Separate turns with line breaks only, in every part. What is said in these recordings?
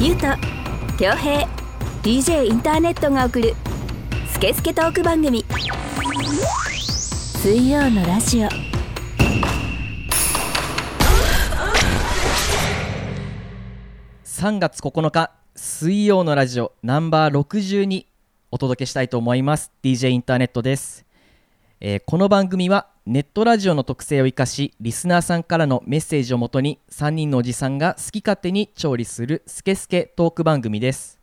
ゆうと恭平 DJ インターネットが送る「スケスケトーク番組」水曜のラジオ
3月9日水曜のラジオナンバー62お届けしたいと思います DJ インターネットです、えーこの番組はネットラジオの特性を生かしリスナーさんからのメッセージをもとに3人のおじさんが好き勝手に調理するスケスケトーク番組です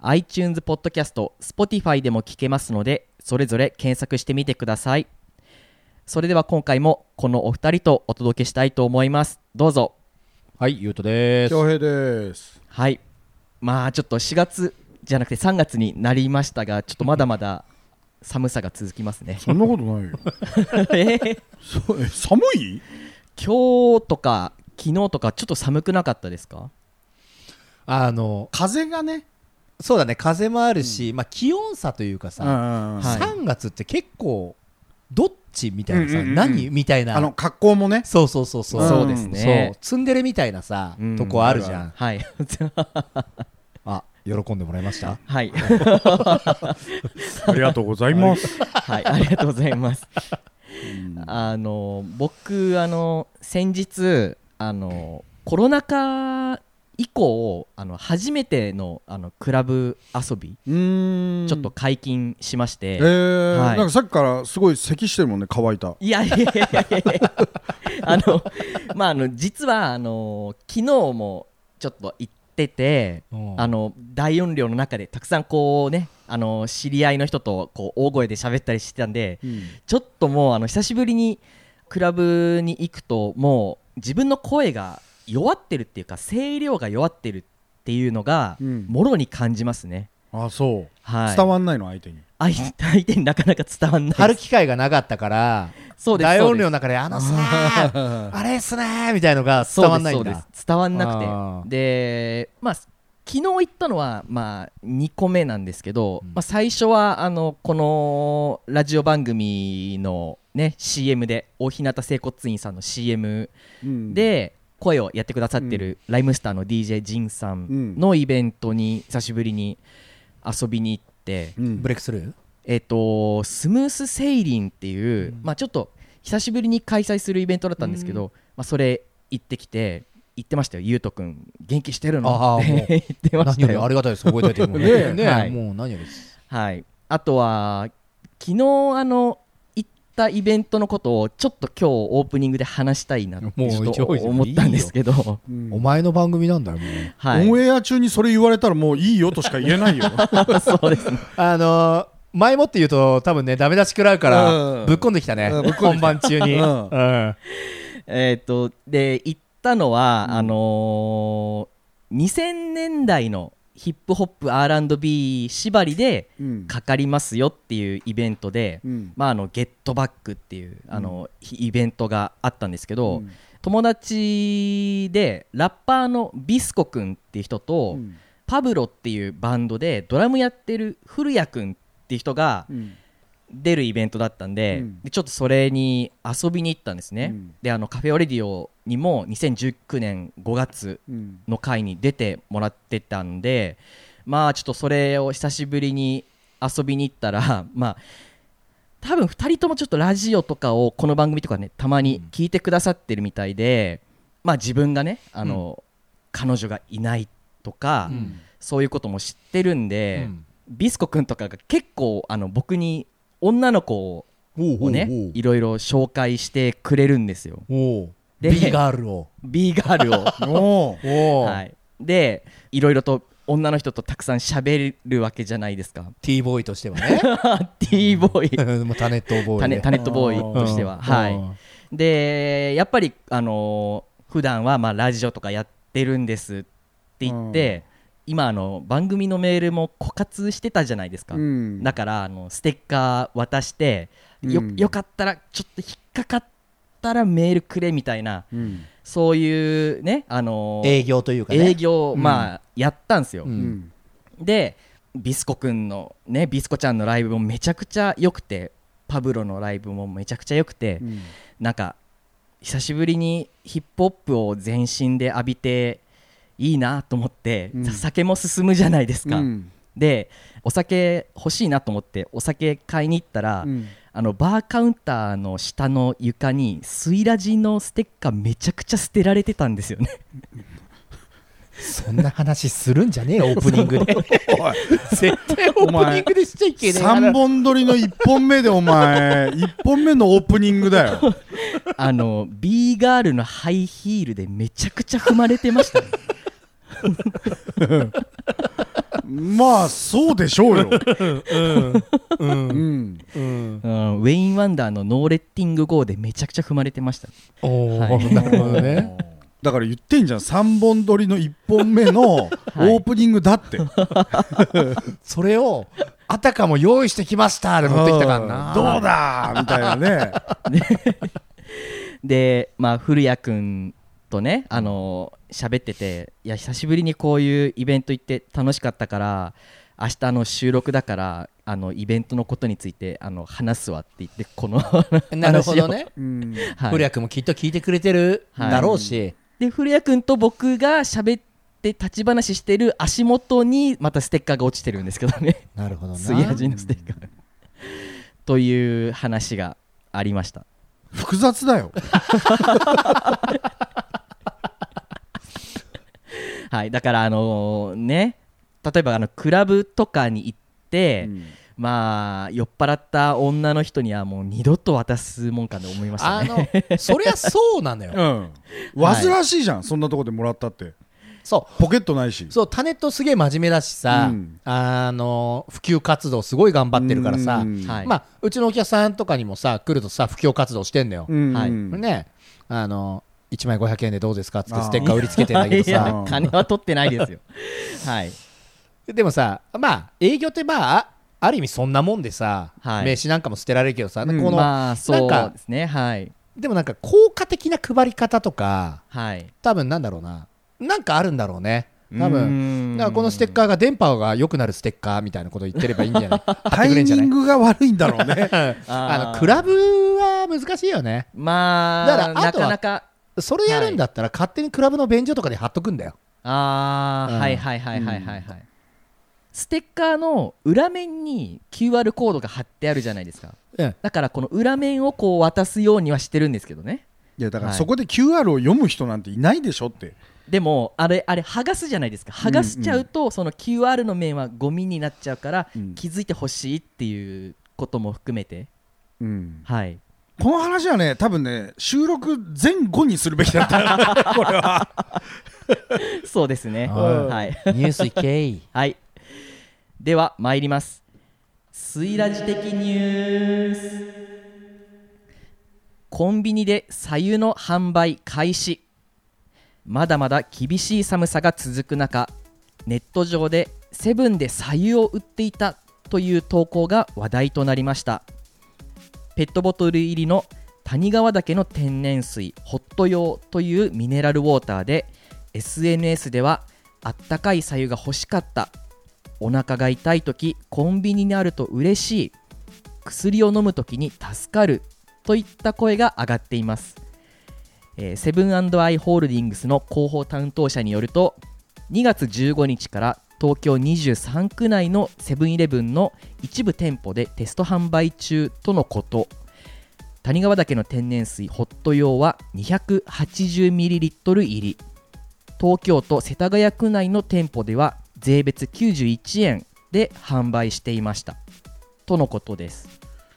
iTunes ポッドキャスト Spotify でも聞けますのでそれぞれ検索してみてくださいそれでは今回もこのお二人とお届けしたいと思いますどうぞ
はい、ゆうとです。
恭平です。
はいまあちょっと4月じゃなくて3月になりましたがちょっとまだまだ寒さが続きますね
そんなことないよ。
えー
そえ寒い？
今日とか昨日とかちょっと寒くなかったですか
あの、
風がね。
そうだね、風もあるし、まあ気温差というかさ、
あ
はい
3月って結構、どっちみたいなさ、
うんうんうん
何みたいな。
の格好もね。
そうそうそうそう。
ん
そうです
そ
ね
う、ツンデレみたいなさ
うん、
とこあるじゃん。
はい
あ、喜んでもらいました
はい、
ありがとうございます。
はい、ありがとうございますあの僕あの先日あのコロナ禍以降あの初めてのあのクラブ遊び
うーん。
ちょっと。解禁しまして、
えー
はい
なんかさっきからすごい咳してるもんね乾いた。
いやいやいやいやいやあのまああの実はあの昨日もちょっと行ってて、
うん
あの大音量の中でたくさんこうねあの知り合いの人とこう大声で喋ったりしてたんでちょっともうあの久しぶりにクラブに行くともう自分の声が弱ってるっていうか声量が弱ってるっていうのが
うん
もろに感じますね、
あそう。
はい
伝わんないの相手に。
相相手になかなか伝わんない
貼る
です
機会がなかったから、
そうです
大
そう
音
です
量の中で、あのさー、あれっすねーみたいのが伝わんないん
そうです
だ
そう。です伝わんな
あ
く
ー
てでまあ昨日行ったのは、まあ、2個目なんですけど、
うん
まあ、最初はあのこのラジオ番組の、ね、CM で大日向整骨院さんの CM
うん、
で声をやってくださってるライムスターの DJ ジンさんのイベントに久しぶりに遊びに行って、
うん
ブレイクスルー
えっとスムースセイリンってい
う
う、
ん
まあ、ちょっと久しぶりに開催するイベントだったんですけど、まあ、それ行ってきて行ってましたよゆうとくん元気してるの
あ
っ
あ
て
もう
言ってまし
何よ
た
りあ
よ
りがたいです、覚えとい ても
ねえ
ね。
は
ね
い
もう何よりです。
はい、あとは昨日あの行ったイベントのことをちょっと今日オープニングで話したいなって
もう
ちょっ
一
と
応
思ったんですけど
うん
お前の番組なんだよ、もう。
はい
オンエア中にそれ言われたらもういいよとしか言えないよ。
そうですね
あのー前もって言うと多分ねダメ出し食らうか
う
ら
ん
ぶっこんできたね、
うんぶっこ
本
んで
番中に、
う
うんん
えっとで行ったのは、あのー2000年代のヒップホップ R&B 縛りで
うん
かかりますよっていうイベントで、
うん
まあ、あのゲットバックっていうあの、イベントがあったんですけど、
うん
友達でラッパーのビスコくんっていう人と、
うん
パブロっていうバンドでドラムやってる古谷くんっていう人が
うん
出るイベントだったんで,、
うん
でちょっとそれに遊びに行ったんですね、
うん
であのカフェオレディオにも2019年5月
うん
の回に出てもらってたんでまあちょっとそれを久しぶりに遊びに行ったら まあ多分2人ともちょっとラジオとかをこの番組とかねたまに聞いてくださってるみたいで、まあ自分がねあの、彼女がいないとか、
うん
そういうことも知ってるんで、
うん
ビスコくんとかが結構あの僕に女の子をねいろいろ紹介してくれるんですよ
おう
で
B ガールを
B ガールを。
おー
おう、
はい、でいろいろと女の人とたくさん喋るわけじゃないで すか
T ボーイとしてはね
T ボー イ
うんもうタネットボー
タ
イ、
ネ
ね、
タネットボーイとして
う
は、
ん
はい、
う
でやっぱり、あのー普段はまあラジオとかやってるんですって言って、今あの番組のメールも枯渇してたじゃないですか、
うん
だからあのステッカー渡してよ,、
うん
よかったらちょっと引っかかったらメールくれみたいな
うん
そういうね、あの
ん
ー
営業というかね
営業、まあやったんですよ、
う
うんん
でビスコくんのねビスコちゃんのライブもめちゃくちゃ良くてパブロのライブもめちゃくちゃ良くて、
うん
なんか久しぶりにヒップホップを全身で浴びていいなと思って、
うん
酒も進むじゃないですか、
うん
でお酒欲しいなと思ってお酒買いに行ったら、
うん
あのバーカウンターの下の床にスイラジのステッカーめちゃくちゃ捨てられてたんですよ ね
そんな話するんじゃねえよ、オープニングで。
おい
絶対オープニングでしちゃいけねえ
3本撮りの1本目でお前1本目のオープニングだ よ
あの B ガールのハイヒールでめちゃくちゃ踏まれてましたね
まあそうでしょうよ
うん
うん。
うんウェイン・ワンダーの「ノーレッティング・ゴー」でめちゃくちゃ踏まれてました
お
は
ー、
い
なるほどね。
だから言ってんじゃん3本撮りの1本目のオープニングだって、
それを、あたかも用意してきましたで持ってきたからな。
どうだみたいなね
で、まあ、古谷君とね、あの喋ってて、いや、久しぶりにこういうイベント行って楽しかったから、明日の収録だから、あのイベントのことについてあの話すわって言って、この
なるほどね。
はい
古谷君もきっと聞いてくれてる
はい
だろうし、
で、古谷君と僕が喋って、立ち話してる足元に、またステッカーが落ちてるんですけどね、
なるほど
杉谷
な。
陣のステッカー。という話がありました。
複雑だよ
はい、だから、あのね、例えばあのクラブとかに行って、まあ酔っ払った女の人にはもう二度と渡すもんかと思いました
あ
ね。
の、そりゃそうなの
う
よ。
ん煩わしいじゃん、そんなとこでもらったって
そ
ポケットないし
う。そう、タネットすげえ真面目だしさ、
うん
あの、普及活動すごい頑張ってるからさ、
うん
はい
まあ、うちのお客さんとかにもさ、来るとさ、布教活動してんのよ。
うん
はい
ね、あの、1枚500円でどうですかっつって
あー
ステッカー売りつけてんだ けど
いや
さ、
金は取ってないです よ。はい、
でもさ、まあ、営業ってまあ、ある意味そんなもんでさ、
はい
名刺なんかも捨てられるけどさ、
うん
この、
まあそう
なんか
ですね。はい
でもなんか効果的な配り方とか、
はい。
多分なんだろうな、なんかあるんだろうね。多
う
分
ん
だからこのステッカーが電波が良くなるステッカーみたいなこと言ってればいいんじゃない
タイミングが悪いんだろうね
あ
あー
のクラブは難しいよね
ま
だか
あ
らあ
な
とは
かなか
それやるんだったら勝手にクラブの便所とかに貼っとくんだよ、
あー、
うん
はいはいはいはいはいはい。ステッカーの裏面に QR コードが貼ってあるじゃないですか。
うん
だからこの裏面をこう渡すようにはしてるんですけどね。
いやだから
はい
そこで QR を読む人なんていないでしょって
でもあれあれ剥がすじゃないですか剥がしちゃうと、その QR の面はゴミになっちゃうから、
うん
気づいてほしいっていうことも含めて
うん
はい
この話はね多分ね収録前後にするべきだった
そうですね
はい、
はい、
ニュースいけい
はい、では参りますスイラジ的ニュースコンビニで左右の販売開始まだまだ厳しい寒さが続く中ネット上でセブンで左右を売っていたという投稿が話題となりましたペットボトル入りの谷川岳の天然水ホット用というミネラルウォーターで SNS ではあったかい左右が欲しかったお腹が痛い時コンビニにあると嬉しい薬を飲む時に助かるといった声が上がっていますえーセブンアイ・ホールディングスの広報担当者によると2月15日から東京23区内のセブンイレブンの一部店舗でテスト販売中とのこと谷川岳の天然水ホット用は 280ml 入り東京都世田谷区内の店舗では税別91円で販売していましたとのことです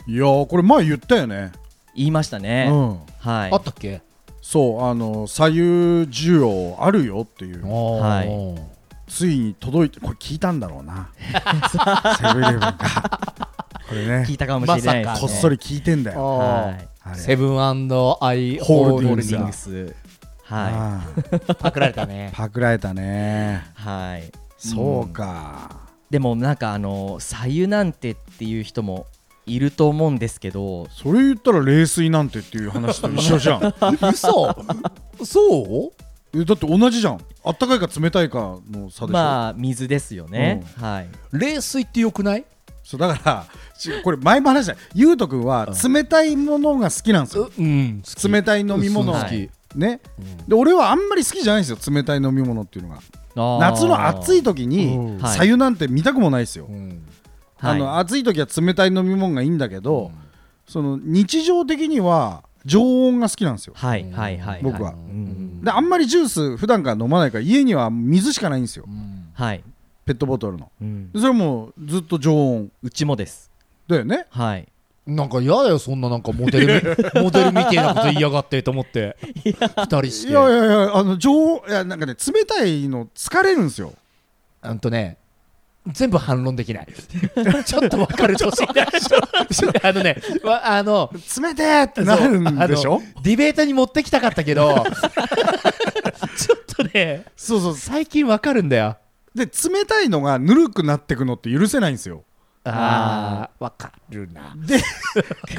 いやーこれ前言ったよね、
言いましたね、
うん、
はい
あったっけ
そうあの左右需要あるよっていう
おー
はい
ついに届いてこれ聞いたんだろうなセブンイレブンがこれ
聞
ね
いたかもしれないですね、
まさか
こっそり聞いてんだよ
あ
はい
あ
ー
れ
セブンアイ・
ホ
ホ
ー
ー
ル
ル
ディ
ディ
ン
ン
グ
グ
ス
ス
だ
は
あー
パクられた ね
パクられたね
い、はい、
そうか
でもなんかあの左右なんてっていう人もいると思うんですけど
それ言ったら冷水なんてっていう話と一緒じゃんえ
嘘そう
だって同じじゃんあったかいか冷たいかの差でしょ、
まあ水ですよね、はい
冷水ってよくない
そうだからしこれ前も話したゆうとくんは冷たいものが好きなんですよ、
うん
冷たい飲み物
うん
好
好き
きねで俺はあんまり好きじゃないんですよ冷たい飲み物っていうのが
あー
夏の暑い時に
うん
はい
白湯なんて見たくもないですよ
うん
あ
はい
の暑い時は冷たい飲み物がいいんだけどその日常的には常温が好きなんですよ
はいはいはいい
僕は
うん
であんまりジュース普段から飲まないから家には水しかないんですよ
はい
ペットボトルの
うん
でそれもずっと常温
うちもです
だよね
はい
なんか嫌だよそんななんかモ デルみモデルみてえなこと言いやがってと思って二人し
い
て
やいやいやあの常温いやなんかね冷たいの疲れるんですよ
うんとね全部反論できない ちょっと分かる年になる あのねわあの
冷てーってなるんでしょ
そうあのディベートに持ってきたかったけど ちょっとね
そうそう
最近分かるんだよ
で冷たいのがぬるくなってくのって許せないんですよ
あー分かるな
で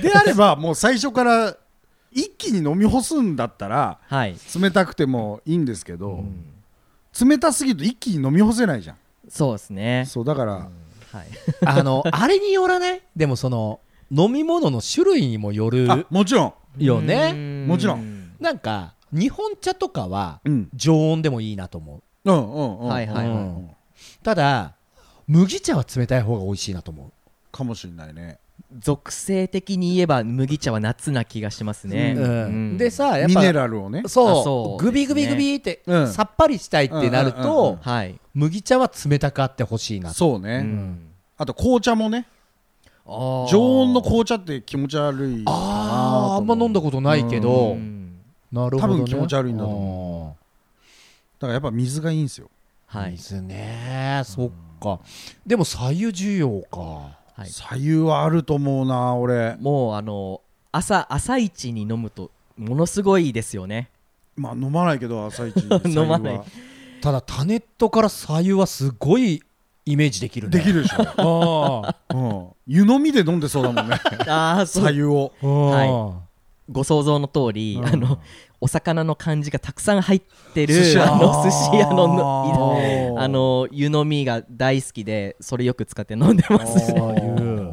であればもう最初から一気に飲み干すんだったら
はい
冷たくてもいいんですけど、冷たすぎると一気に飲み干せないじゃん、
そうですね
そうだから、
はい
あのあれによらないでもその飲み物の種類にもよ
あ
る
もちろん
よね
ね
もちろ
ん
なんか日本茶とかは
うん
常温でもいいなと思う
うんうんうん
はいはいはい
うんただ麦茶は冷たい方が美味しいなと思
かもしれないね
属性的に言えば麦茶は夏な気がしますね
う、
うん
でさやっ
ミ
ぱ
ネラルをね
そう
あそう
グビグビグビって、
うん
さっぱりしたいってなると、
うんうんうんうん
はい
麦茶は冷たくあってほしいな
そうね、
うん
あと紅茶もね
あー
常温の紅茶って気持ち悪いかな
あーあ
と
ん
思
ま
う
飲んだことないけ
う
ど、
ん
なるほど、ね、
多分気持ち悪いんだと
思
だからやっぱ水がいいんですよ、
はい
水ねそっかでも左右需要か
はい
左右はあると思うな俺
もうあの朝朝一に飲むとものすごいですよね
まあ飲まないけど朝一
飲まない
白湯は
ただタネットから左右はすごいイメージできるね
できるでし
あー
ょ、うん、湯飲みで飲んでそうだもんね
ああ
左右を
は
ご想像の通り、
うん
あのお魚の感じがたくさん入ってる
寿司屋
あの寿司屋のの
あ
い
ー
あの湯飲みが大好きでそれよく使って飲んでますね
あ
左右
ー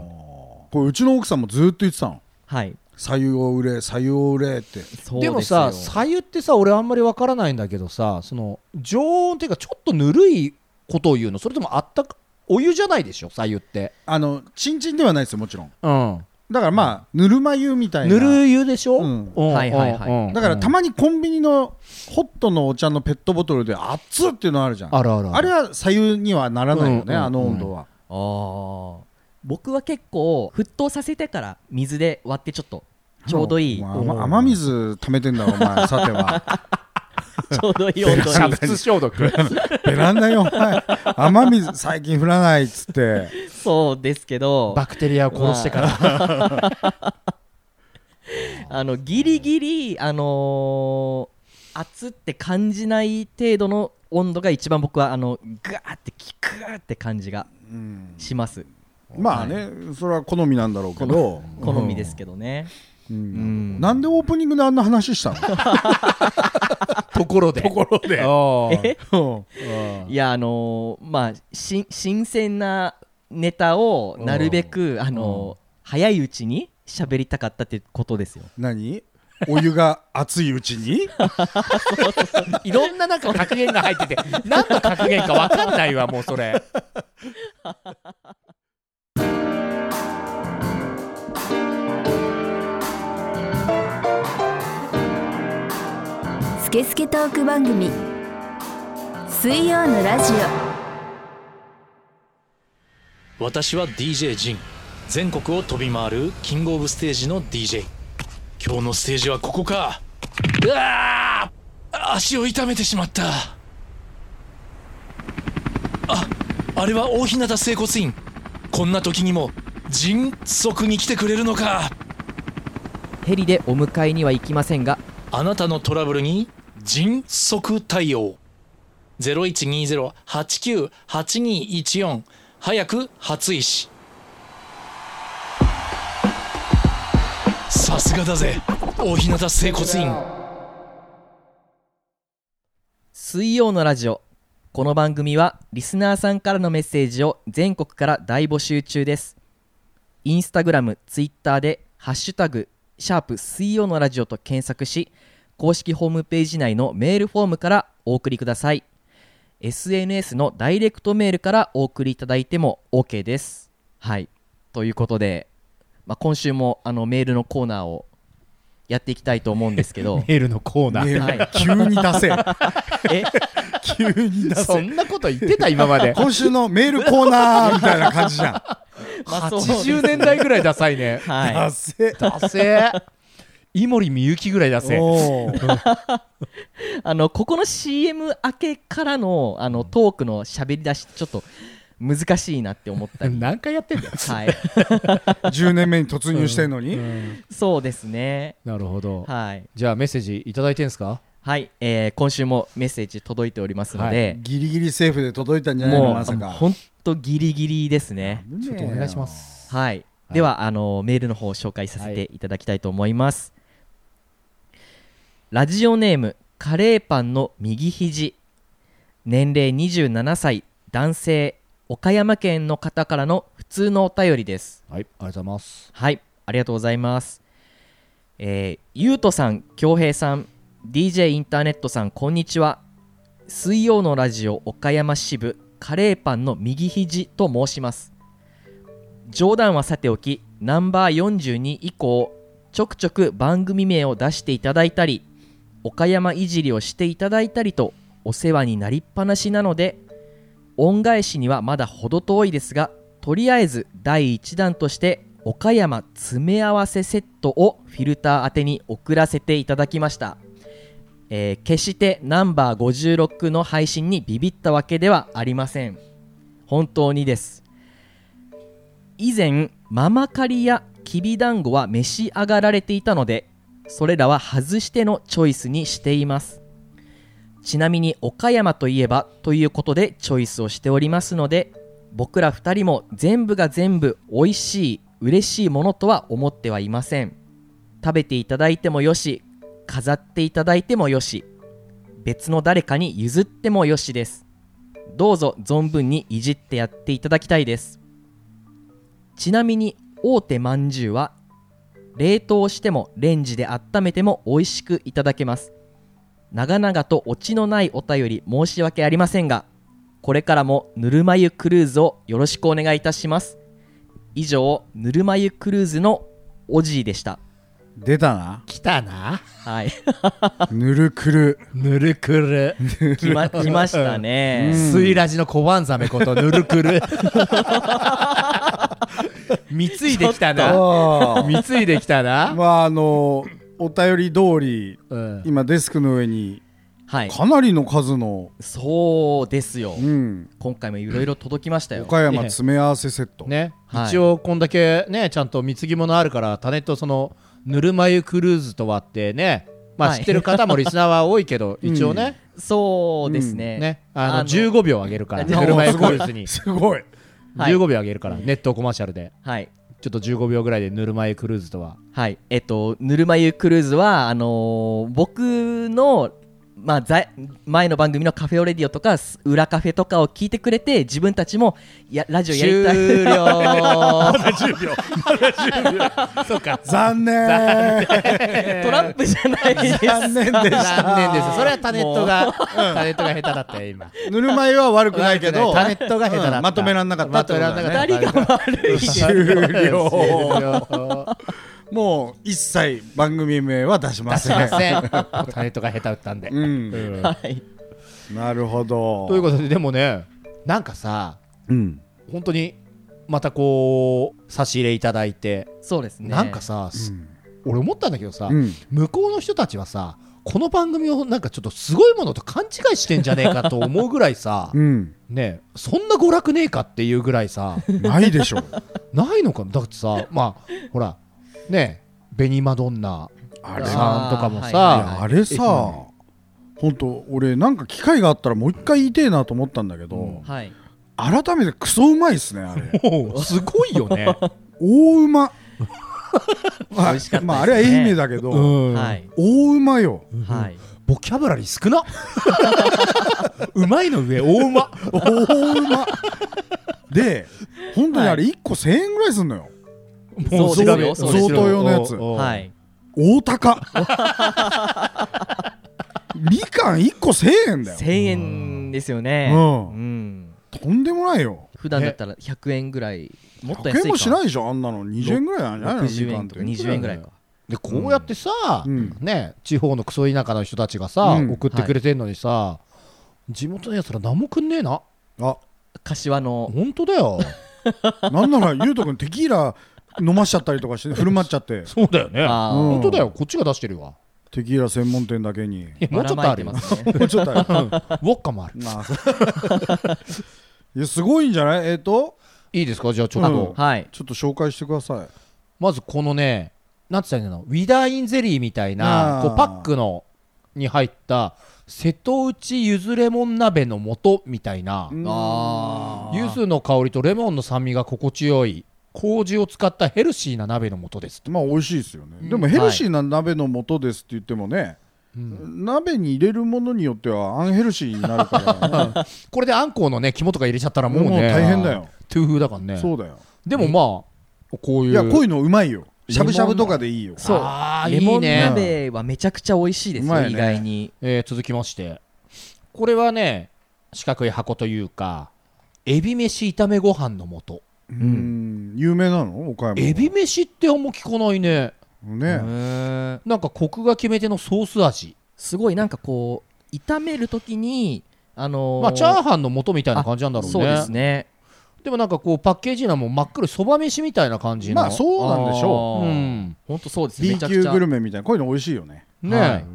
これうちの奥さんもずっと言ってた の
はい
左右を売れ左右を売れって
そう
でもさ
すよ
左右ってさ俺あんまりわからないんだけどさその常温っていうかちょっとぬるいことを言うのそれともあったかお湯じゃないでしょ左右って
あのチンチンではないですよもちろん
うん
だからまあぬるま湯みたいな
ぬるい湯でしょ、
うん
うん
はいはいはい
うん
だからたまにコンビニのホットのお茶のペットボトルで熱っっていうのあるじゃん
あるある
あれは左右にはならないよね、
うん
あの温度は、
あー僕は結構沸騰させてから水で割ってちょっとちょうどいい、
お前雨雨水溜めてんだろお前さては
ちょうどいい温 度に
普通消毒
ベランダにお前雨水最近降らないっつって
そうですけど
バクテリアを殺してから、
あのギリギリあのー熱って感じない程度の温度が一番僕はあのガーってキクーって感じが
うん
します
まあね、それは好みなんだろうけど、
好みですけどね、
うん
ん
なんでオープニングであんな話した
ところでところで
の
いやあのーまあし新鮮なネタをなるべくあのー早いうちに喋りたかったってことですよ
何お湯が熱いうち に
いろんななんか格言が入ってて何の格言か分かんないわもうそれ
スケスケトーク番組水曜のラジ
私は DJ ジン全国を飛び回るキングオブステージの DJ 今日のステージはここかうわあ足を痛めてしまったああれは大日向整骨院こんな時にも迅速に来てくれるのか
ヘリでお迎えには行きませんが
あなたのトラブルに迅速対応0120-89-8214早く初石さすがだぜ大日向整骨院
水曜のラジオこの番組はリスナーさんからのメッセージを全国から大募集中ですインスタグラム、ツイッターで、ハッシュタグ、シャープ水曜のラジオと検索し、公式ホームページ内のメールフォームからお送りください。SNS のダイレクトメールからお送りいただいても OK です。はい。ということで、まあ、今週もあのメールのコーナーをやっていきたいと思うんですけど
メールのコーナー。
はい、
急に出せ。
え
急に出
そ
せ。
んなこと言ってた 今まで
今週のメールコーナーみたいな感じじゃん。
まあそうです
80年代ぐらいダサいね
は
出せ。
ダセー井森美幸ぐらいダセー
おー
い、あのここの CM 明けからのあのトークの喋り出しちょっと難しいなって思 ったり、
何回やってんだよ
はい、
10年目に突入してんのに。
そうですね
なるほど
はい、
じゃあメッセージいただいてんすか
はいえー今週もメッセージ届いておりますので、
ギリギリセーフで届いたんじゃない
も
の
う
まさか。
本当ギリギリですね
ちょっとお願いします
はい、ではあのメールの方を紹介させていただきたいと思います、ラジオネームカレーパンの右肘年齢27歳男性岡山県の方からの普通のお便りです
はいありがとうございます
はい、ありがとうございます。えー、ゆうとさん、きょうへいさん、DJ インターネットさん、こんにちは。水曜のラジオ岡山支部、カレーパンの右肘と申します。冗談はさておき、ナンバー42以降、ちょくちょく番組名を出していただいたり、岡山いじりをしていただいたりと、お世話になりっぱなしなので、恩返しにはまだ程遠いですがとりあえず第1弾として岡山詰め合わせセットをフィルター宛てに送らせていただきました、えー決してナンバー56の配信にビビったわけではありません本当にです以前ママカリやきびだんごは召し上がられていたのでそれらは外してのチョイスにしていますちなみに岡山といえばということでチョイスをしておりますので僕ら2人も全部が全部美味しい嬉しいものとは思ってはいません食べていただいてもよし飾っていただいてもよし別の誰かに譲ってもよしですどうぞ存分にいじってやっていただきたいですちなみに大手まんじゅうは冷凍してもレンジで温めても美味しくいただけます長々とオチのないお便り申し訳ありませんがこれからもぬるま湯クルーズをよろしくお願いいたします以上ぬるま湯クルーズのおじいでした
出たな。
来たな
はい
ぬるく る。
ぬるくる
来ま来ましたね
スイラジの小判ザメことぬるくる貢いできたな
あ
貢いできた
あ。
な、
まあ、あの、お便り通り、
うん
今デスクの上に
はい
かなりの数の、
そうですよ
うん、
今回もいろいろ届きましたよ
岡山詰め合わせセット。
ね、
はい
一応こんだけねちゃんと貢ぎ物あるからタネットそのぬるま湯クルーズとはってねまあ
はい
知ってる方もリスナーは多いけど
うん
一応ね,、
そうですね,、
ねあの
あの
15秒あげるから
あの
ぬるま湯クルーズに
すご
は
い。
い
15秒あげるからネットコマーシャルで
はい
ちょっと15秒ぐらいでぬるま湯クルーズとは
はいえっとぬるま湯クルーズはあのー僕のまあ、ざ前の番組のカフェオレディオとかす裏カフェとかを聞いてくれて自分たちもやラジオやりたい
終了
残念。
トランプじゃない です。
残念でした。
残念ですそれはタネットがタネットが下手だったよ今
ぬるま湯は悪くないけど、
タネットが下手だった、
うんまとめらんなかった
まとめらんなかった
二人が悪い。
終了。
了
もう一切番組名は出しま
出し
せん。
ません。タネットが下手打ったんで。
うん、
うん
はい。
なるほど。
ということで、でもね、なんかさ、
うん、
本当にまたこう、差し入れいただいて、
そうですね。
なんかさ、す俺思ったんだけどさ、
うん
向こうの人たちはさ、この番組をなんかちょっとすごいものと勘違いしてんじゃねえかと思うぐらいさ
う、ん、
ねえそんな娯楽ねえかっていうぐらいさ、
ないでしょう。
ないのかなだってさ、まあ、ほら、ねえ、ベニマドンナ
あれさ、
さんとかもさ、
あ
いやあれさ、本当俺なんか機会があったらもう一回言いてえなと思ったんだけど、
はい。
改めてクソうまいですねあ れ。
もうすごいよね。
大うま。
美味しかったですね
まああれは愛媛だけど、
うん
はい。
大うまよ。
はい。
ボキャブラリー少な うまいの上大馬
大うま。で、本当にあれ一個千円ぐらいすんのよ。もう
そう
贈
ですよそうです
贈
よ
答用のやつ
はい
大高みかん1個1000円だよ
1000円ですよね
うん
ん
とんでもないよ
普段だったら100円ぐらいもっと
100
安い
円
か
もしないでしょあんなの20円ぐらいなんじゃないの
60円とか20円ぐらいか
でこうやってさ、
うん
ね、地方のクソ田舎の人たちがさ、
うん
送ってくれてんのにさ、地元のやつら何もくんねえな
あ
柏の
本当 だよ
なんならゆうとくんテキーラ飲ましちゃったりとかして振る舞っちゃって
そうだよね
あー
うん
本当だよこっちが出してるわ
テキーラ専門店だけに
いやも
ば
うちょ
ら
っと
ま
あ
いて
るよ、
ますね
もうちょっとある
うんウォッカもある
まあそう いやすごいんじゃないえっ、と
いいですかじゃあちょっと、
うん
はい
ちょっと紹介してください
まずこのねなんて言ったらいいのウィダーインゼリーみたい
あ
な
ー
こうパックのに入った瀬戸内ゆずレモン鍋の素みたいな
あ
柚子の香りとレモンの酸味が心地よい麹を使ったヘルシーな鍋の素です
まあ美味しいですよね、でもヘルシーな鍋の素ですって言ってもね、鍋に入れるものによってはアンヘルシーになるから、
これであんこうのね肝とか入れちゃったらもうね
もう大変だよ
トゥー風だからね
そうだよ
でもまあこうい
い
うい
やこういうのうまいよしゃぶしゃぶとかでいいよ
そう
あーいい
レ
ね
モン鍋はめちゃくちゃ美味しいです
うまい
よ意
ね
外に
えー続きましてこれはね四角い箱というかエビ飯炒めご飯の素
うん有名なの岡山
エビ飯ってあんま聞かないね
う
ね
ーん
なんかコクが決め手のソース味
すごいなんかこう炒めるときにあの
まあチャー
ン
ハンの素みたいな感じなんだろうね
そうですね
でもなんかこうパッケージなもん真っ黒いそば飯みたいな感じの
まあそうなんでしょ
う
あー
ん
ほんとそうです
う
め
B
ちゃ
級
くちゃ
グルメみたいなこういうの美味しいよね
ね、
はい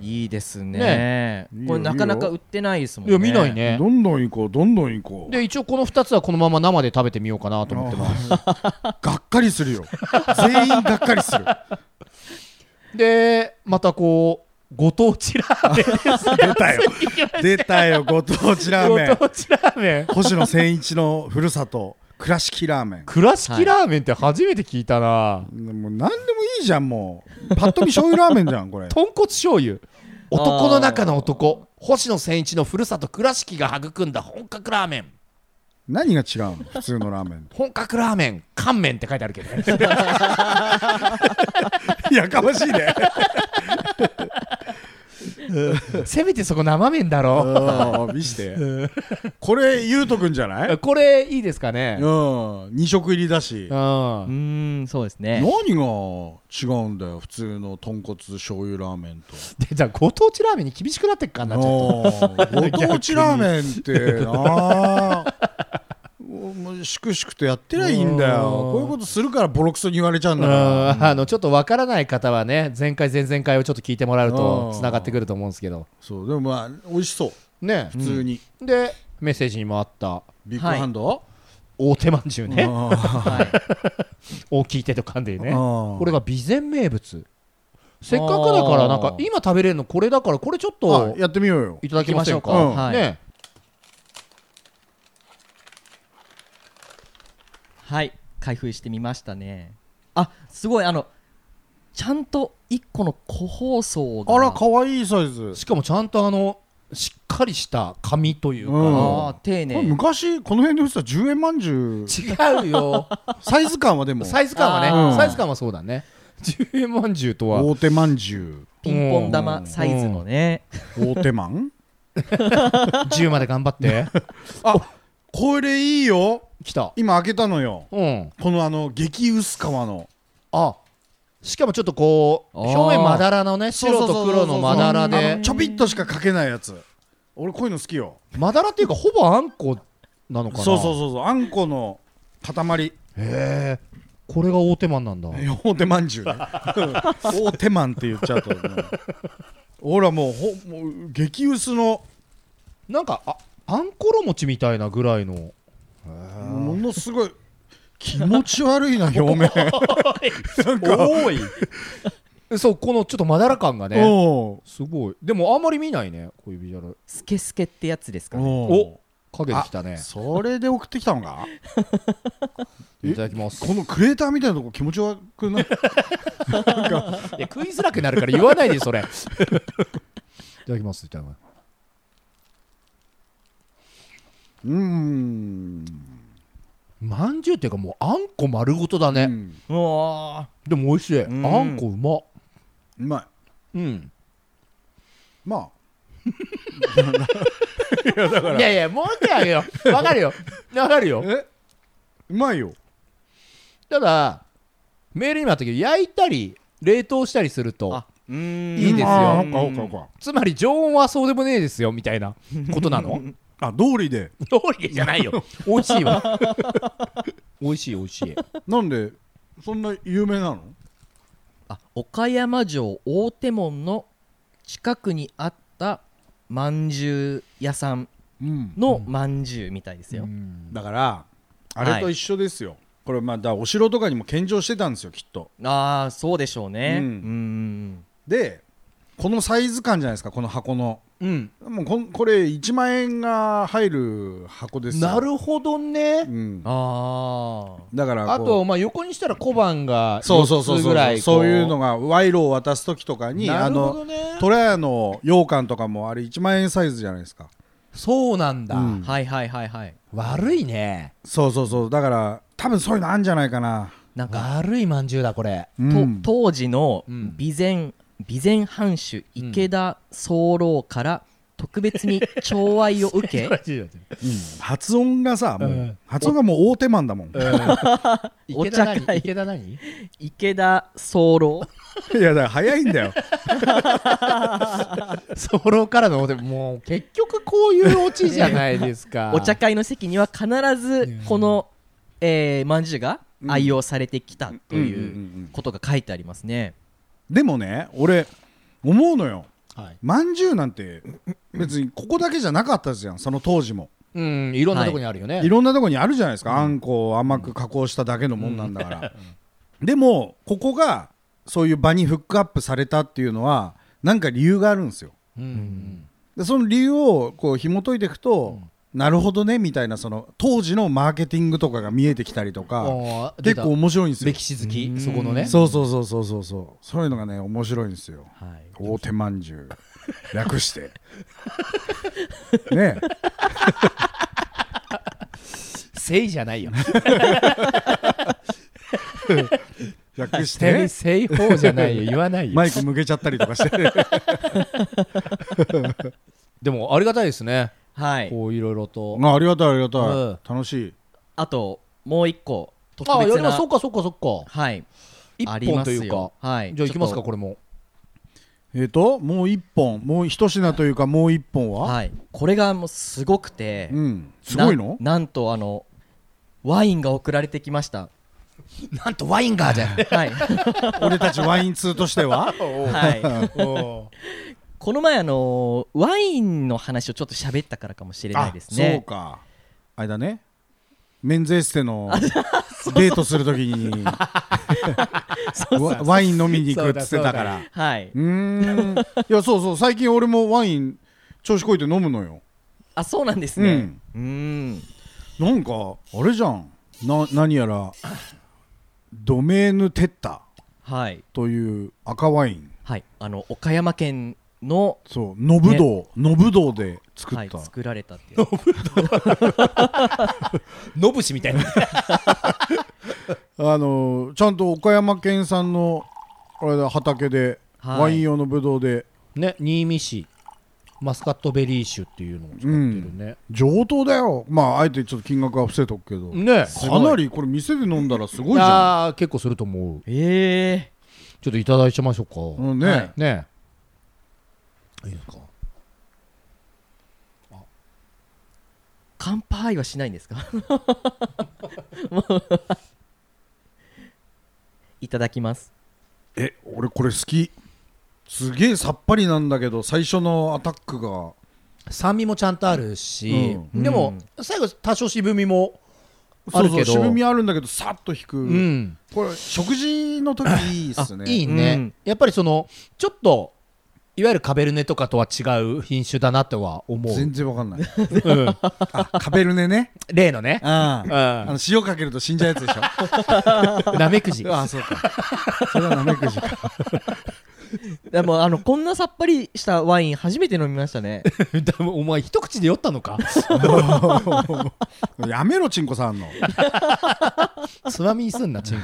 いいですね
ね
これ
いいよ
なかなか売ってないですもん
い
ね
や見ないね
どんどん行こうどんどん行こう
で一応この2つはこのまま生で食べてみようかなと思ってます
あーがっかりするよ全員がっかり する
でまたこうご当地ラー メン
出たよ出たよご当地ラーメン
ご当地ラーメン
星野千一のふるさと倉敷ラーメン
倉敷ラーメンって初めて聞いたな、
もう何でもいいじゃんもうパッと見醤油ラーメンじゃんこ れ
豚骨醤油男の中の男星野千一のふるさと倉敷が育んだ本格ラーメン
何が違うの普通のラーメ ン
本格ラーメン乾麺って書いてあるけどね
とやかましいね
せめてそこ生麺だろ
見してこれゆうとくんじゃないうん
これいいですかね
2食入りだし
うん
うーんそうですね
何が違うんだよ普通の豚骨醤油ラーメンと
でじゃあご当地ラーメンに厳しくなってっ かなちょっ
ご当地ラーメンってなもう粛々とやってりゃいいんだよ
うん
こういうことするからボロクソに言われちゃうん
とう
だ
ん
から
あのちょっとわからない方はね前回前々回をちょっと聞いてもらう
う
と
ん
つながってくると思うんですけど
そうでもまあ美味しそう
ね
普通に、
でメッセージにもあった
ビッグハンド、
大手まんじゅうね
あ
はい
大きい手と噛んで
ー
ね
あ
これが備前名物せっかくだからなんか今食べれるのこれだからこれちょっ
ー
と
あやってみようよ
いただきませんか
行きましょうか
うん
ね
はい開封してみましたねあすごいあのちゃんと1個の個包装が
あら可愛いサイズ
しかもちゃんとあのしっかりした紙とい
う
う
ん
か
あー丁
こ
寧
れ昔この辺で売ってた10円まんじゅう
違うよ
サイズ感はでも
サイズ感は
あ
ね
ー
サイズ感はそうだね10円まんじゅうとは
大手まんじゅ
ピンポン玉サイズのね
う大手まん
10まで頑張 って
あこれいいよ
きた
今開けたのよ
うん
このあの激薄皮の
あしかもちょっとこう
あー
表面まだらのね白と黒のまだら
あの
で
ちょびっとしかかけないやつ俺こういうの好きよ
まだらっていうかほぼあんこなのかな
そうそうそうそうあんこの塊
へえこれが大手間なんだ
え大手まんじゅ うね大手まんって言っちゃうともうほらもうほもう激薄の
なんかああんころ餅みたいなぐらいの
ものすごい気持ち悪 いな表面なんか
多い そうこのちょっとまだら感がね
お
すごいでもあんまり見ないねこういうビジュアル
スケスケってやつですかね
お
お影できたね
それで送ってきたのかえ
いただきます
このクレーターみたいなとこ気持ち悪く ない
いや食いづらくなるから言わないでそれいただきますいただきます
うーん
まんじゅうっていうかもうあんこ丸ごとだね、
う
う
ん
わ
でも美味しい、
ん
あんこうま
うまい
うん
ま
いやいやもう一回あげようわかるよわかる
あ
よ
えうまいよ
ただメールにもあったけど焼いたり冷凍したりすると
あうん
いいですよ
あーほっかほっかほっ
つまり常温はそうでもねえですよみた いなことなの
かあ道理で
通りじゃないよ 美味し いわ美味しい美味しい
なんでそんな有名なの
あ岡山城大手門の近くにあったまんじゅう屋さん
うん
のまんじゅうみたいですよ、
だからあれと一緒ですよ、これまあだからお城とかにも献上してたんですよきっと
ああそうでしょうねう
うんんでこのサイズ感じゃないですかこの箱の
うん
もうこんこれ1万円が入る箱ですよ
なるほどね
うん、
ああ
だからこう
あとまあ横にしたら小判が
そうそうそう
四つ
そ
ぐらいうこ
そういうのが賄賂を渡す時とかに
な
あ
るほど
の
ね
トレアの羊羹とかもあれ1万円サイズじゃないですか
そうなんだ、
うん
はいはいはいはい
悪いね
そうそうそうだから多分そういうのあんじゃないかな、
なんか
悪いまんじゅうだこれ
う
と
ん、
当時の
うん
備前備前藩主池田宗郎から特別に寵愛を受 け
発音がさもう、
うん
発音がもう大手マンだもん、
池田
お茶会
何池田何
池田宗郎
いやだから早いんだよ
ソロからのでももう結局こういうオチじゃないですか
お茶会の席には必ずこの、えー、まんじゅうが愛用されてきたと
うんうんうんう
いうんことが書いてありますね
でもね俺思うのよ
はい
まんじゅうなんて別にここだけじゃなかったじゃんその当時も
うんいろんなとこにあるよね、
いろんなとこにあるじゃないですか、あんこを甘く加工しただけのもんなんだから、でもここがそういう場にフックアップされたっていうのはなんか理由があるんですよ
うん
でその理由をこう紐解いていくと、なるほどねみたいなその当時のマーケティングとかが見えてきたりとか
あー出
結
た
構面白いんですよ
歴史好きそこのね
そうそうそうそうそうそうそういうのがね面白いんですよ
はい
大手まんじゅう略してねえ
せいじゃ ないよ
略し
せい
て
せいほうじゃない よ言わないよ
マイク向けちゃったりとかして
でもありがたいですね
はい
こういろいろと
あありがたいありがたい、
うん
楽しい
あともう一個特
あや
別
りま
な
すそっかそっかそっか
はい
一
あり
本
ま
と
す
いうか
よはい
じゃあいきます
ちょ
か
っ
これも
えっ、ともう一本もう一品というかもう一本
と
は、
はいこれがもうすごくて
うんすごいの
ななんとあのワインが送られてきました
なんとワインガーじ ゃん
はい
俺たちワイン通としては
はい、この前あのーワインの話をちょっと喋ったからかもしれないです
そう
ね
かあれだねメンズエステのデートするときにワワイン飲みに行くっつってたからう
はいう
ーんいやそうそう最近俺もワイン調子こいて飲むのよ
あそうなんですねうーん
なんかあれじゃんな何やらドメーヌテッタ
はい
という赤ワイン
はいあの岡山県の
そうノブドウノブドウで作
は
っ
い
た、
作られたっていう
ノブシみたいな
あのちゃんと岡山県産のあれだ畑で、
はい
ワイン用のブドウで
ね新見市マスカットベリー酒っていうのを使ってるね
上等だよまああえてちょっと金額は伏せとくけど、
ね
かなりこれ店で飲んだらすごいじゃ
あー結構すると思う
ええ
ちょっといただいちゃいましょ
ん、
う
うん、
か
ね、
はい
ねいいですか
乾杯はしないんですか もういただきます
え俺これ好きすげえさっぱりなんだけど最初のアタックが
酸味もちゃんとあるし、
うん
でも最後多少渋みもあ
そう
る
そ
け
う
ど
渋みあるんだけどさっと引く、
うん
これ食事の時いいっ
あ
すね
いいね、
うん
やっぱりそのちょっといわゆるカベルネとかとは違う品種だなとは思う、
全然わかん ない
うん
あカベルネね
例のね
あ
う
ああ
ん
の塩かけると死んじゃうや つでしょ
なめくじ
ああそうかそれはナメクジか
でもあのこんなさっぱりしたワイン初めて飲みましたね
でも お前一口で酔ったのか
やめろちんこさんの
つまみにすんなチン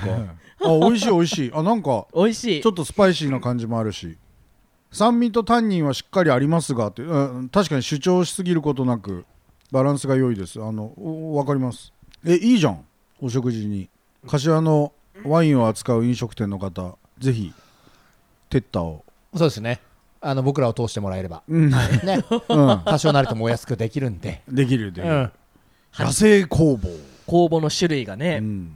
コ
あ美味しい美味しいあなんか
美味しい
ちょっとスパイシーな感じもあるし酸味とタンニンはしっかりありますがって、うん確かに主張しすぎることなくバランスが良いですあのおわかりますえいいじゃんお食事に柏のワインを扱う飲食店の方ぜひテッタを、
そうですねあの僕らを通してもらえれば
うん
ね
うん
多少なりともお安くできるんで
できるできる、
うん
野生工房、
工房の種類がね、
うん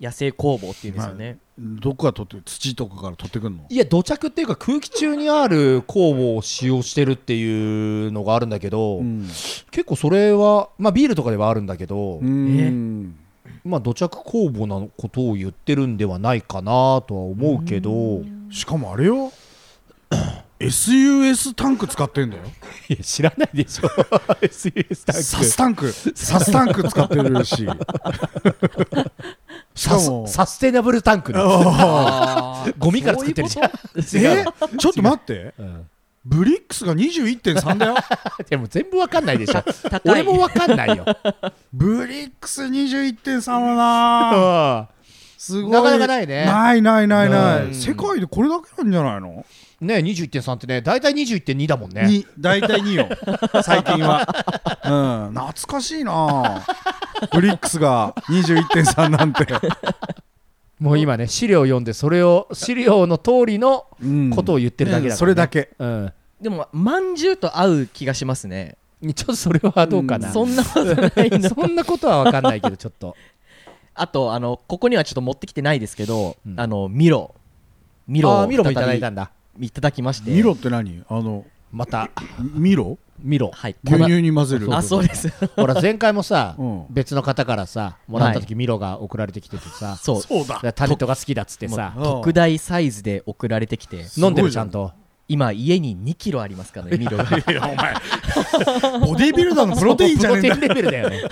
野生工房っていうんですよね、
どこから取って土とかから取ってくんの
いや土着っていうか空気中にある酵母を使用してるっていうのがあるんだけど、
うん
結構それはまあビールとかではあるんだけど、
うん
まあ土着酵母のことを言ってるんではないかなとは思うけど、
しかもあれよ SUS タンク使ってんだよ
いや知らないでしょ SUS タンク
サスタンクサスタンク使ってる ししか
サス
も
サステナブルタンクね
あー
ゴミから作ってるじゃん
えちょっと待って
うん
ブリックスが21.3だよ
でも全部わかんない でしょ
高い
俺もわかんないよ
ブリックス21.3はな
あ
すごい
なかなかないね
ないないないな
うん
い世界でこれだけなんじゃないの
あね21.3ってね大体21.2だもんね
に大体2よ 最近は、うん、懐かしいなブリックスが21.3なん て、
もう今ね資料を読んでそれを資料の通りの
うん
ことを言ってるだけだから、ね
それだけ
うん
でもまんじゅうと合う気がしますね
ちょっとそれはどうかな、
うん
そんなことないな
そんなことは分かんないけどちょっと
あとあのここにはちょっと持ってきてないですけど、
うん
あのミロミロ
あ
を
ーミロもいただ
再
い
び
たんだ
いただきまして
ミロって何あの
また
ミロ
ミロ
はい
牛乳に混ぜる
あそうです
ほら前回もさ、
うん
別の方からさもらった時、ミロが送られてきててさ
そう
そうだ
だからタネットが好きだっつってさ
もう特大サイズで送られてきて
飲んでるちゃんと
今家に2キロありますからねミロが
いやお前ボディビルダーのプロテインじゃねえんだ
プロテインレベルだよね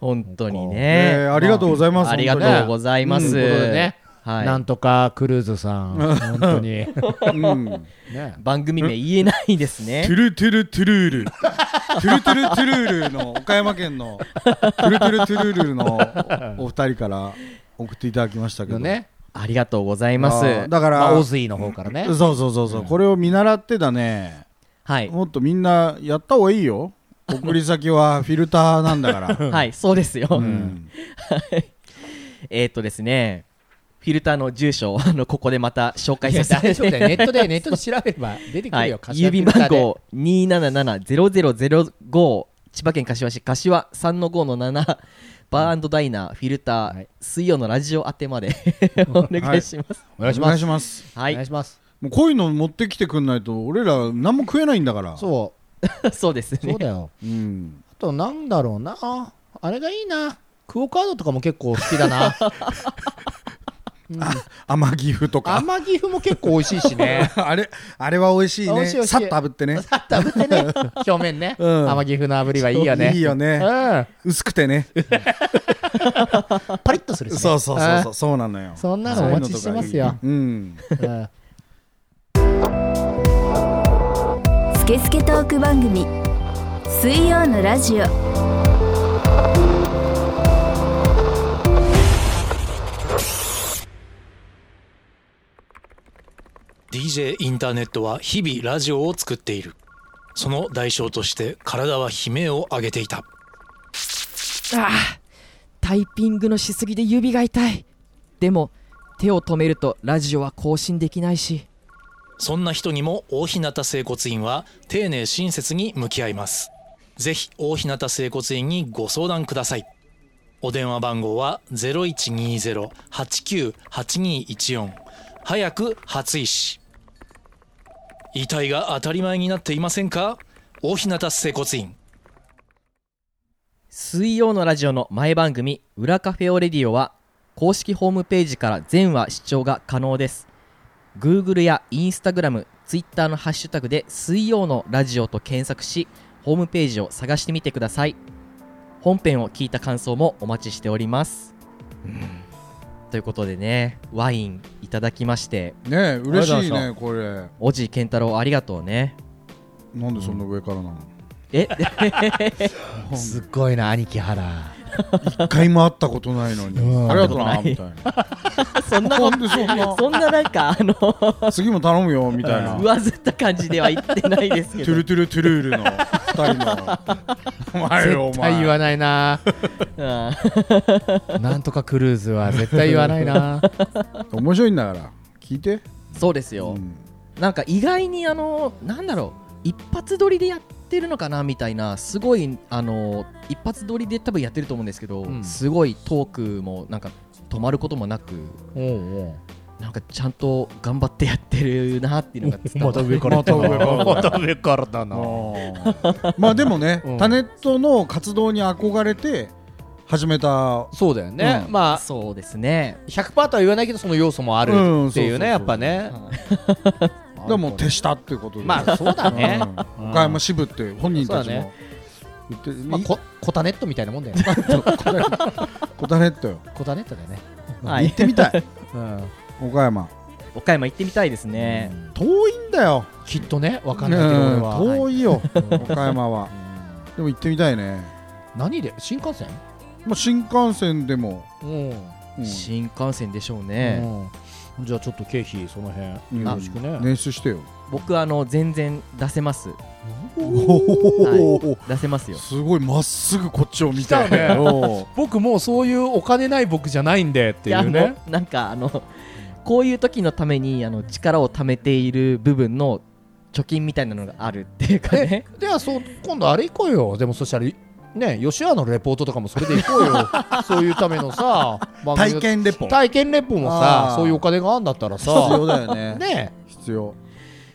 本当に
ねえ
ね
ありがとうございます。
ありが
本
とうございます、
ということでね、
はい
なんとかクルーズさん本当にね
当にうん
番組名言えないです
ト
ね
ゥルトゥルトゥルール。トゥルトゥルトゥルールの岡山県のトゥルトゥルトゥルールの おお二人から送っていただきましたけど。
ね
ありがとうござい
あ
ます
ーだか
まあ
ら、
オ
そ
ズイの方からね
うそうそうそう、これを見習ってだね。
はい
もっとみんなやった方がいいよ。送り先 はフィルターなんだから。
はいそうですよ、
うん
えーっとですねフィルターの住所をあのここでまた紹介
いや
させ
大
て
丈夫だよネットでネットで調べれば出てく
は
る
い
よ、、
郵便番号277-0005千葉県柏市柏3の5の7バーダイナーフィルター、
はい
水曜のラジオ宛てま でお願いします
お願いし
お願
ま
い
す
します。
は
お
い、
願いします
もうこういうの持ってきてくんないと、俺ら何も食えないんだから。
そ
そうです
う
ね
そうだよ
うん。
あとなんだろうなあれがいいなクオカードとかも結構好きだな
甘岐阜とか。
甘岐阜も結構美味しい しね
あれ、あれは美味しい
美
ね
味しい美。味しい
さっと炙って ね。
食べてね表面ね、
うん
甘岐阜の炙りはいいよね
いいよね
う
薄くて ね。
ん、パリッとするし、ね、
そうそうそうそうう、そうなのよ
ん。 そんなのお待ちしてますよ
うん。
うん
スケスケトーク番組水曜のラジオ
「DJ インターネット」は日々ラジオを作っているその代償として体は悲鳴を上げていた
ああタイピングのしすぎで指が痛いでも手を止めるとラジオは更新できないし
そんな人にも大日向整骨院は丁寧親切に向き合いますぜひ大日向整骨院にご相談くださいお電話番号は0120-89-8214早く初医師遺体が当たり前になっていませんか大日向整骨院
水曜のラジオの前番組「裏カフェオレディオ」は公式ホームページから全話視聴が可能です Google や InstagramTwitter のハッシュタグで「水曜のラジオ」と検索しホームページを探してみてください本編を聞いた感想もお待ちしておりますということでねワインいただきまして
ねえ嬉
あ
し
り
い
がと
ねこれ
おじ健太郎ありがとうね
なんでそんな上からなの
え
すっごいな兄貴原
一回も会ったことないのに
うん
ありがとうな
会
み
った
い
そんなこと
なんでそん な
そんななんか あの
な次も頼むよみたいな
上ずった感じでは言ってないです
ト
け
ゥ
ど
ルトゥルトゥルールの2人 のお前お
絶対言
前
わないな
うん
なんとかクルーズは絶対言わないな
面白いんだから聞いて
そうですよ、
うん
なんか意外にあのなんだろう一発撮りでやってるのかなみたいなすごいあの一発撮りで多分やってると思うんですけど、
うん
すごいトークもなんか止まることもなく
おうおう
なんかちゃんと頑張ってやってるなっていうのが伝わ
ま
って
た上からだなまた上からだ
あ
な
ー まあでもね
うん
タネットの活動に憧れて始めた
そうだよね、
う
まあ
そうですね
100%とは言わないけどその要素もある
うん
ってい
そうそう
うね、
そう
やっぱね、
でもう手下っていうことで
まあそうだね
うん岡山支部って本人たちも言って
まあ、
い
こコタネットみたいなもんだよ
コタネットよ
コタネットだよね、
はい
行ってみたい岡山
岡山行ってみたいですね、
遠いんだよ
きっとねわかんないけど俺は、
遠いよ岡山はでも行ってみたいね
何で新幹線
まあ新幹線でも
うん、
うん
新幹線でしょうね、
うんじゃあちょっと経費その辺よ
うん
ろしくね、
捻出してよ
僕あの全然出せます、
お
はい、出せますよ
すごいまっすぐこっちを見て
来たね
おう
僕もうそういうお金ない僕じゃないんでって
いやもうなんかあのこういう時のためにあの力を貯めている部分の貯金みたいなのがあるっていうかね
えではそう今度あれ行こうよでもそしたらね吉原のレポートとかもそれで行こう よそういうためのさ番組
体
の
験レポ
体験レポもさ
あー
そういうお金があんだったら
必要
さ
だよね
ね
必要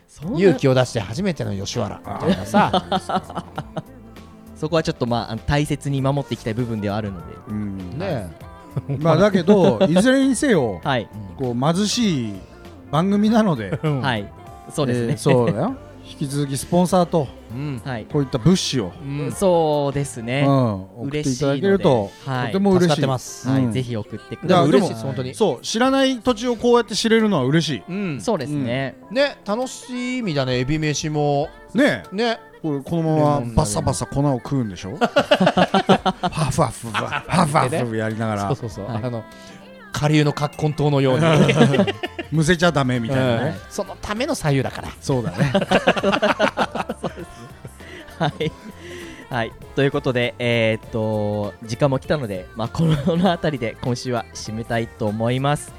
そんな
勇気を出して初めての吉原みたいなさ
そこはちょっとまああの大切に守っていきたい部分ではあるので
うん
ね
まあだけどいずれにせよ
はい、
こう貧しい番組なので
はいそうですね、
えーそうだよ引き続きスポンサーと
うん
はい、
こういった物資を、
うん
そうです
う
ね、
ん、送っていただける
嬉
と
しいのではい
とても嬉しい
助かってます
はい
うん
ぜひ送ってく
い
で
だ
や
も
さい
嬉しいで
ですも
本当に
そう知らない土地をこうやって知れるのは嬉し
うん
そうですね、
ね楽しみだねエビ飯も
いねえ
ね
これこのままバサバサ粉を食うんでしょハフハフハフハフやりなが
そう
ら
そうそう
はい
あの下流の葛根島のように
むせちゃダメみ
う
たいなね、
ん そのための左右だから
そうだね
はい、はい、ということでえーっと時間も来たので、まあ、このこの辺りで今週は締めたいと思います、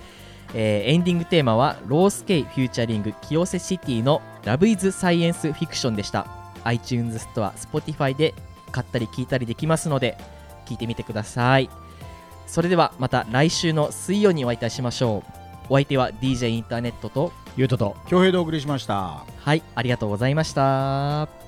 えーエンディングテーマはロースケイフューチャリング清瀬シティの「ラブイズサイエンスフィクションでした iTunes ストア Spotify で買ったり聞いたりできますので聞いてみてくださいそれではまた来週の水曜にお会いいたしましょうお相手は DJ インターネットと
ゆうとと
恭平でお送りしました
はいありがとうございました